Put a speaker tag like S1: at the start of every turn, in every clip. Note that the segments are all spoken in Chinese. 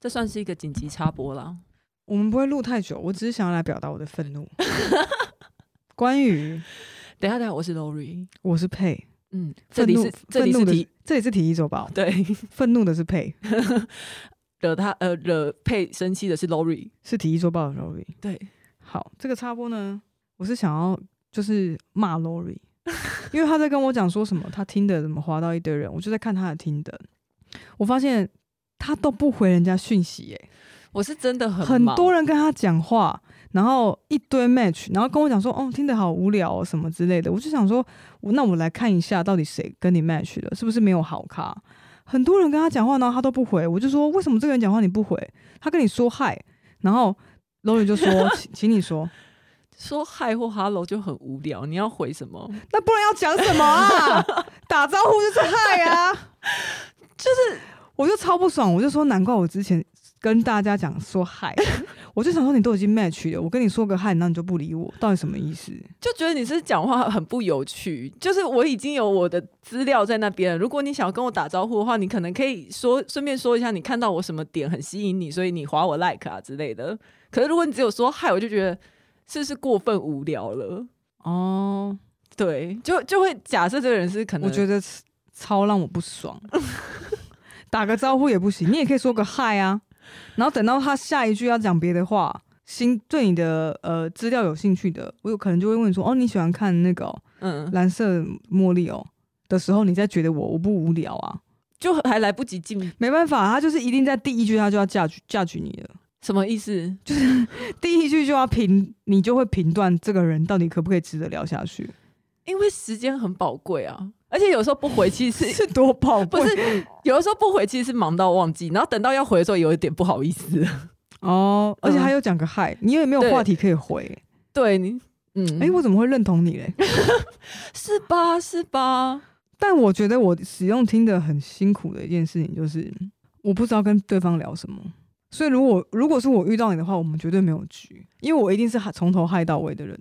S1: 这算是一个紧急插播 啦。
S2: 我们不会录太久，我只是想要来表达我的愤怒。关于
S1: 等一下，等一下，我是 Lori，
S2: 我是配，
S1: 嗯，这里
S2: 愤怒
S1: 是这
S2: 愤
S1: 里
S2: 怒
S1: 是
S2: 的
S1: 提
S2: 是这里是提议周报，
S1: 对
S2: 愤怒的是配，
S1: 惹他呃惹佩生气的是 Lori，
S2: 是提议周报的 Lori。
S1: 对，
S2: 好，这个插播呢，我是想要就是骂 Lori，因为 他在跟我讲说什么，他听的怎么划到一堆人，我就在看他的听的，我发现他都不回人家讯息、耶。
S1: 我是真的很
S2: 很
S1: 忙
S2: 多人跟他讲话，然后一堆 match，然后跟我讲说，哦，听得好无聊、哦、什么之类的。我就想说，我那我来看一下，到底谁跟你 match 了，是不是没有好咖？很多人跟他讲话，然后他都不回，我就说为什么这个人讲话你不回？他跟你说嗨，然后 l o 就说， 请请你说，
S1: 说嗨或 hello 就很无聊，你要回什么？
S2: 那不然要讲什么 啊？打招呼就是嗨啊，就是我就超不爽，我就说难怪我之前跟大家讲说嗨，我就想说你都已经 match 了，我跟你说个嗨，那你就不理我，到底什么意思？
S1: 就觉得你是讲话很不有趣，就是我已经有我的资料在那边了。如果你想要跟我打招呼的话，你可能可以说顺便说一下你看到我什么点很吸引你，所以你划我 like 啊之类的。可是如果你只有说嗨，我就觉得是不是过分无聊了？
S2: 哦，
S1: 对，就就会假设这个人是可能，
S2: 我觉得超让我不 爽，打个招呼也不行，你也可以说个嗨啊，然后等到他下一句要讲别的话。新对你的呃资料有兴趣的，我有可能就会问你说，哦，你喜欢看那个哦、
S1: 嗯，
S2: 蓝色茉莉哦的时候，你再觉得我我不无聊啊，
S1: 就还来不及进，
S2: 没办法，他就是一定在第一句他就要嫁娶嫁娶你了，
S1: 什么意思？
S2: 第一句就要评，你就会评断这个人到底可不可以值得聊下去，
S1: 因为时间很宝贵啊，而且有时候不回其实是。
S2: 是多宝
S1: 不
S2: 贵
S1: 是，有的时候不回其实是忙到忘记，然后等到要回的时候有一点不好意思。
S2: 哦，而且
S1: 嗯
S2: 还有讲个嗨，你也没有
S1: 对
S2: 话题可以回，
S1: 对你，嗯，
S2: 哎、我怎么会认同你嘞？
S1: 是吧？是吧？
S2: 但我觉得我使用听的很辛苦的一件事情就是，我不知道跟对方聊什么。所以，如果如果是我遇到你的话，我们绝对没有局，因为我一定是从头嗨到尾的人。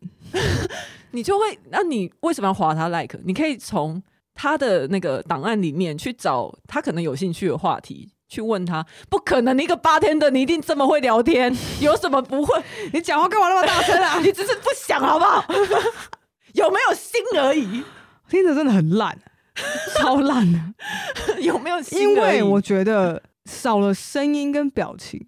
S1: 你就会，那你为什么要划他 like？你可以从他的那个档案里面去找他可能有兴趣的话题。去问他，不可能！你一个八天的，你一定这么会聊天，有什么不会？
S2: 你讲话干嘛那么大声啊？
S1: 你只是不想，好不 好？有没有心而已？
S2: 听着真的很烂，超烂的。
S1: 有没有心而已？
S2: 因为我觉得少了声音跟表情，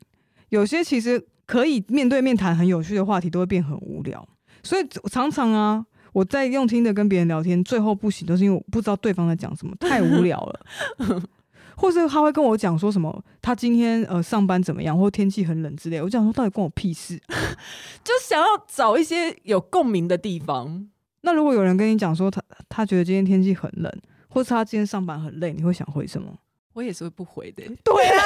S2: 有些其实可以面对面谈很有趣的话题，都会变很无聊。所以常常啊，我在用听的跟别人聊天，最后不行，都是因为我不知道对方在讲什么，太无聊了。或是他会跟我讲说什么，他今天呃上班怎么样，或天气很冷之类的。我就想说，到底关我屁事？
S1: 就想要找一些有共鸣的地方。
S2: 那如果有人跟你讲说他他觉得今天天气很冷，或是他今天上班很累，你会想回什么？
S1: 我也是会不回的、
S2: 对啊，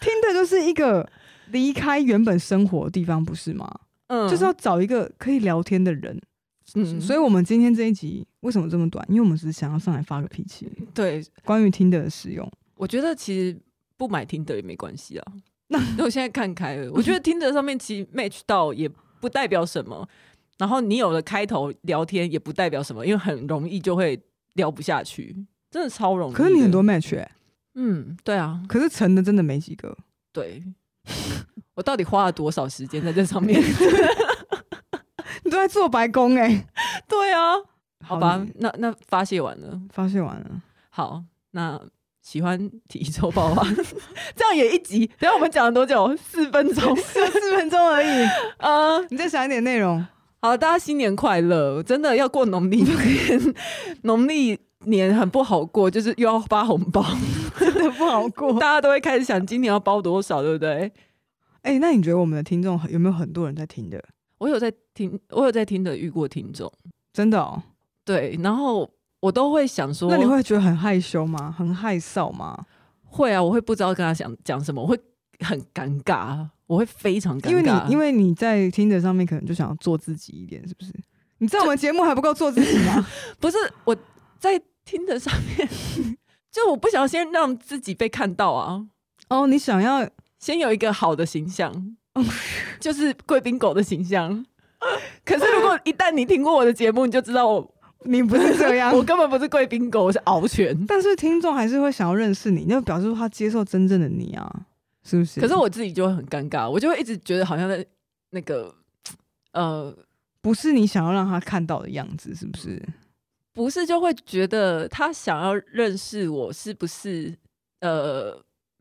S2: 听的就是一个离开原本生活的地方，不是吗？
S1: 嗯
S2: 就是要找一个可以聊天的人。
S1: 嗯，
S2: 所
S1: 以
S2: 以，我们今天这一集为什么这么短？因为我们只是想要上来发个脾气，
S1: 对，
S2: 关于听的使用。
S1: 我觉得其实不买听的也没关系啊。 那我现在看开 了，我觉得听的上面其实 match 到也不代表什么，然后你有了开头聊天也不代表什么，因为很容易就会聊不下去，真的超容易的。
S2: 可是你很多 match，、欸、
S1: 嗯，对啊，
S2: 可是成的真的没几个。
S1: 对。 我到底花了多少时间在这上 面？
S2: 你都在做白工哎、
S1: 对啊，好吧
S2: 你，
S1: 那那发泄完了，
S2: 发泄完了。
S1: 好，那喜欢体育周报啊， 这样也一集。等一下我们讲了多久？四分 钟。
S2: 就 四分钟而已，
S1: 呃，
S2: 你再想一点内容。
S1: 好，大家新年快乐！真的要过农历年，农历年很不好过，就是又要发红包，
S2: 真的不好过
S1: 大家都会开始想今年要包多少，对不对？
S2: 哎、那你觉得我们的听众有没有很多人在听的？
S1: 我有在听，我有在听的遇过听众，
S2: 真的哦、
S1: 对，然后我都会想说，
S2: 那你会觉得很害羞吗？很害臊吗？
S1: 会啊，我会不知道跟他讲讲什么，我会很尴尬，我会非常尴尬，
S2: 因为你因
S1: 为
S2: 为你在听着上面可能就想要做自己一点，是不是？你知道我们节目还不够做自己 吗？
S1: 不是我在听的上面， 就我不想先让自己被看到啊，
S2: 哦，你想要
S1: 先有一个好的形象，就是贵宾狗的形象。可是如果一旦你听过我的节目，你就知道我
S2: 你不是这样
S1: 我，根本不是贵宾狗，我是獒犬。
S2: 啊但是听众还是会想要认识你，那表示说他接受真正的你啊，是不是？
S1: 可是我自己就会很尴尬，我就会一直觉得好像在那个呃，
S2: 不是你想要让他看到的样子，是不是？
S1: 不是就会觉得他想要认识我是不是呃。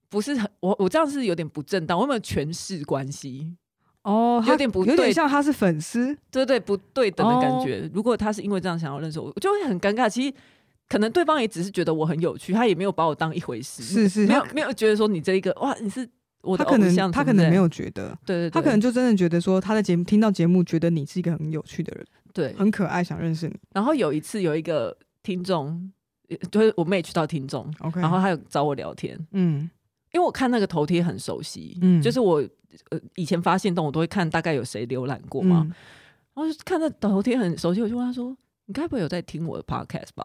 S1: 不是很我我这样是有点不正当，我有没有权势关系？
S2: 哦，他
S1: 有点不
S2: 有点
S1: 对
S2: 像他是粉丝，
S1: 对对，不对等的
S2: 哦
S1: 感觉。如果他是因为这样想要认识我，我就会很尴尬。其实可能对方也只是觉得我很有趣，他也没有把我当一回事，
S2: 是是，
S1: 没
S2: 他
S1: 有没有觉得说你这一个哇，你是我的
S2: 他
S1: 偶
S2: 可
S1: 像
S2: 能他
S1: 什么
S2: 可能
S1: 之类
S2: 没有觉得，
S1: 对对对，
S2: 他可能就真的觉得说他的节目听到节目，觉得你是一个很有趣的人，
S1: 对。
S2: 很可爱，想认识你。
S1: 然后有一次有一个听众，呃就是我妹去到听众，
S2: OK，
S1: 然后他有找我聊天，
S2: 嗯
S1: 因为我看那个头贴很熟悉，
S2: 嗯
S1: 就是我。呃，以前发现动我都会看大概有谁浏览过嘛，
S2: 嗯
S1: 然后就看那头贴很熟悉，我就问他说：“你该不会有在听我的 podcast 吧？”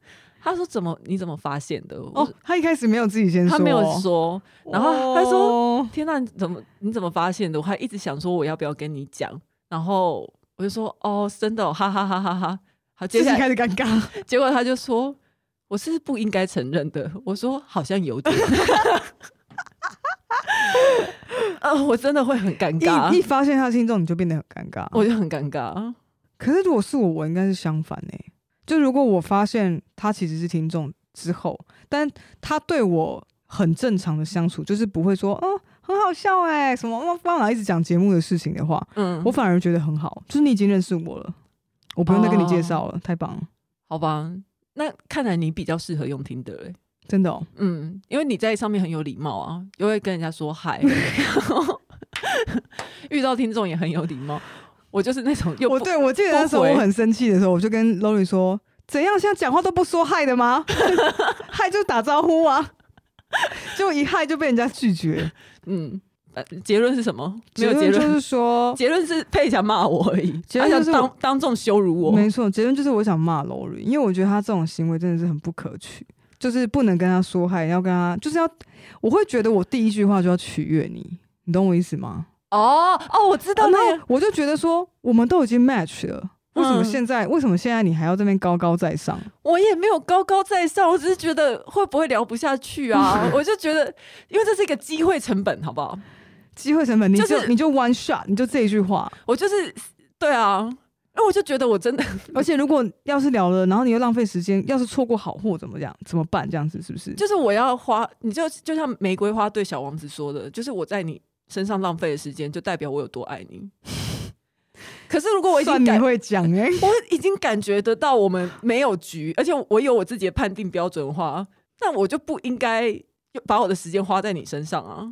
S1: 他说：“怎么？你怎么发现的？”
S2: 哦
S1: 哦，，
S2: 他一开始没有自己先说，
S1: 他没有说。然后他说
S2: 哦
S1: 天呐，你怎么你怎么发现的？我还一直想说我要不要跟你讲，然后我就说：“哦，真的、哦，哈哈哈哈哈。”好，接
S2: 自己
S1: 下来
S2: 开始尴尬，
S1: 结果他就说：“我是不应该承认的。”我说：“好像有点。” 呃，我真的会很尴尬哦
S2: 一一，发现他听众，你就嗯变得很尴尬。
S1: 我就很尴尬。
S2: 可是如果是我，我应该是相反哎、就如果我发现他其实是听众之后，但他对我很正常的相处，就是不会说哦很好笑哎、什么哇哇啦一直讲节目的事情的话，
S1: 嗯，
S2: 我反而觉得很好，就是你已经认识我了，我不用再跟你介绍
S1: 哦
S2: 了，太棒了，
S1: 好吧，那看来你比较适合用听的、欸，
S2: 真的、哦。
S1: 嗯，因为你在上面很有礼貌啊，又会跟人家说嗨，然后 遇到听众也很有礼貌。我就是那种又
S2: 我
S1: 不
S2: 对我记得那时候
S1: 不
S2: 我
S1: 回
S2: 很生气的时候，我就跟 Lori 说：“怎样？现在讲话都不说嗨 的吗？嗨就打招呼啊！”就一嗨就被人家拒绝，
S1: 嗯，呃结论是什么？ 没有结
S2: 结论就
S1: 论，
S2: 是说，
S1: 结论是佩想骂我而已，
S2: 结
S1: 他
S2: 论
S1: 想
S2: 就是我
S1: 当当众羞辱我。
S2: 没错，结论就是我想骂 Lori，因为我觉得他这种行为真的是很不可取，就是不能跟他说嗨，要跟他就是要，我会觉得我第一句话就要取悦你，你懂我意思吗？啊
S1: 哦哦，我知道
S2: 然
S1: 那
S2: 后
S1: 个，
S2: 我就觉得说，我们都已经 match 了，为什么
S1: 嗯
S2: 现在、为什么现在你还要这边高高在上？
S1: 我也没有高高在上，我只是觉得会不会聊不下去 啊？我就觉得，因为这是一个机会成本，好不好？
S2: 机会成本，你就、
S1: 就是
S2: 你就 one shot，你就这一句话。
S1: 我就是对啊，因为我就觉得我真的
S2: 而且如果要是聊了，然后你又浪费时间，要是错过好货怎么样？怎么办？这样子是不是？
S1: 就是我要花，你就就像玫瑰花对小王子说的，就是我在你身上浪费的时间，就代表我有多爱你。可是如果我已
S2: 算
S1: 经
S2: 你
S1: 感，我
S2: 会讲哎、
S1: 已经感觉得到我们没有局，而且我有我自己的判定标准的话，那我就不应该把我的时间花在你身上啊。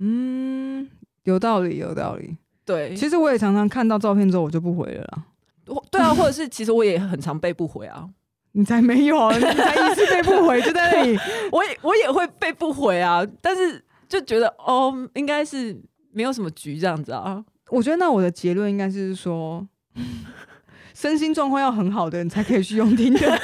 S2: 嗯，有道理，有道理。
S1: 对，
S2: 其实我也常常看到照片之后，我就不回了啦。
S1: 我对啊，或者是其实我也很常被不回啊，
S2: 你才没有啊！你才一次被不回，就在那 里。
S1: 我也我也会被不回啊，但是就觉得哦，应该是没有什么局这样子啊。
S2: 我觉得那我的结论应该是说，身心状况要很好的人才可以去用 听的。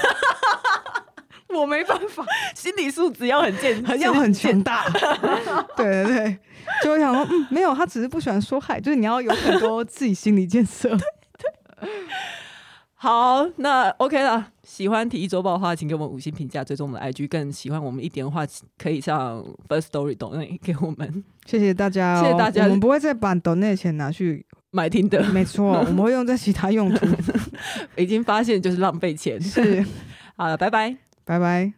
S2: 我没办法，
S1: 心理素质要很健，
S2: 很要很强大。 对对对，就会想说，嗯，没有，他只是不喜欢说嗨，就是你要有很多自己心理 建设。
S1: 好，那 OK 了。喜欢体育周报的话，请给我们五星评价，追踪我们的 IG。更喜欢我们一点的话，请可以上 First Story 懂内给我们
S2: 谢谢大家、哦，
S1: 谢谢大家
S2: 我们不会再把抖内的钱拿去，
S1: 买听的。
S2: 没错， 我们会用在其他用途。
S1: 已经发现就是浪费钱。
S2: 是，
S1: 好了，拜拜。
S2: 拜拜。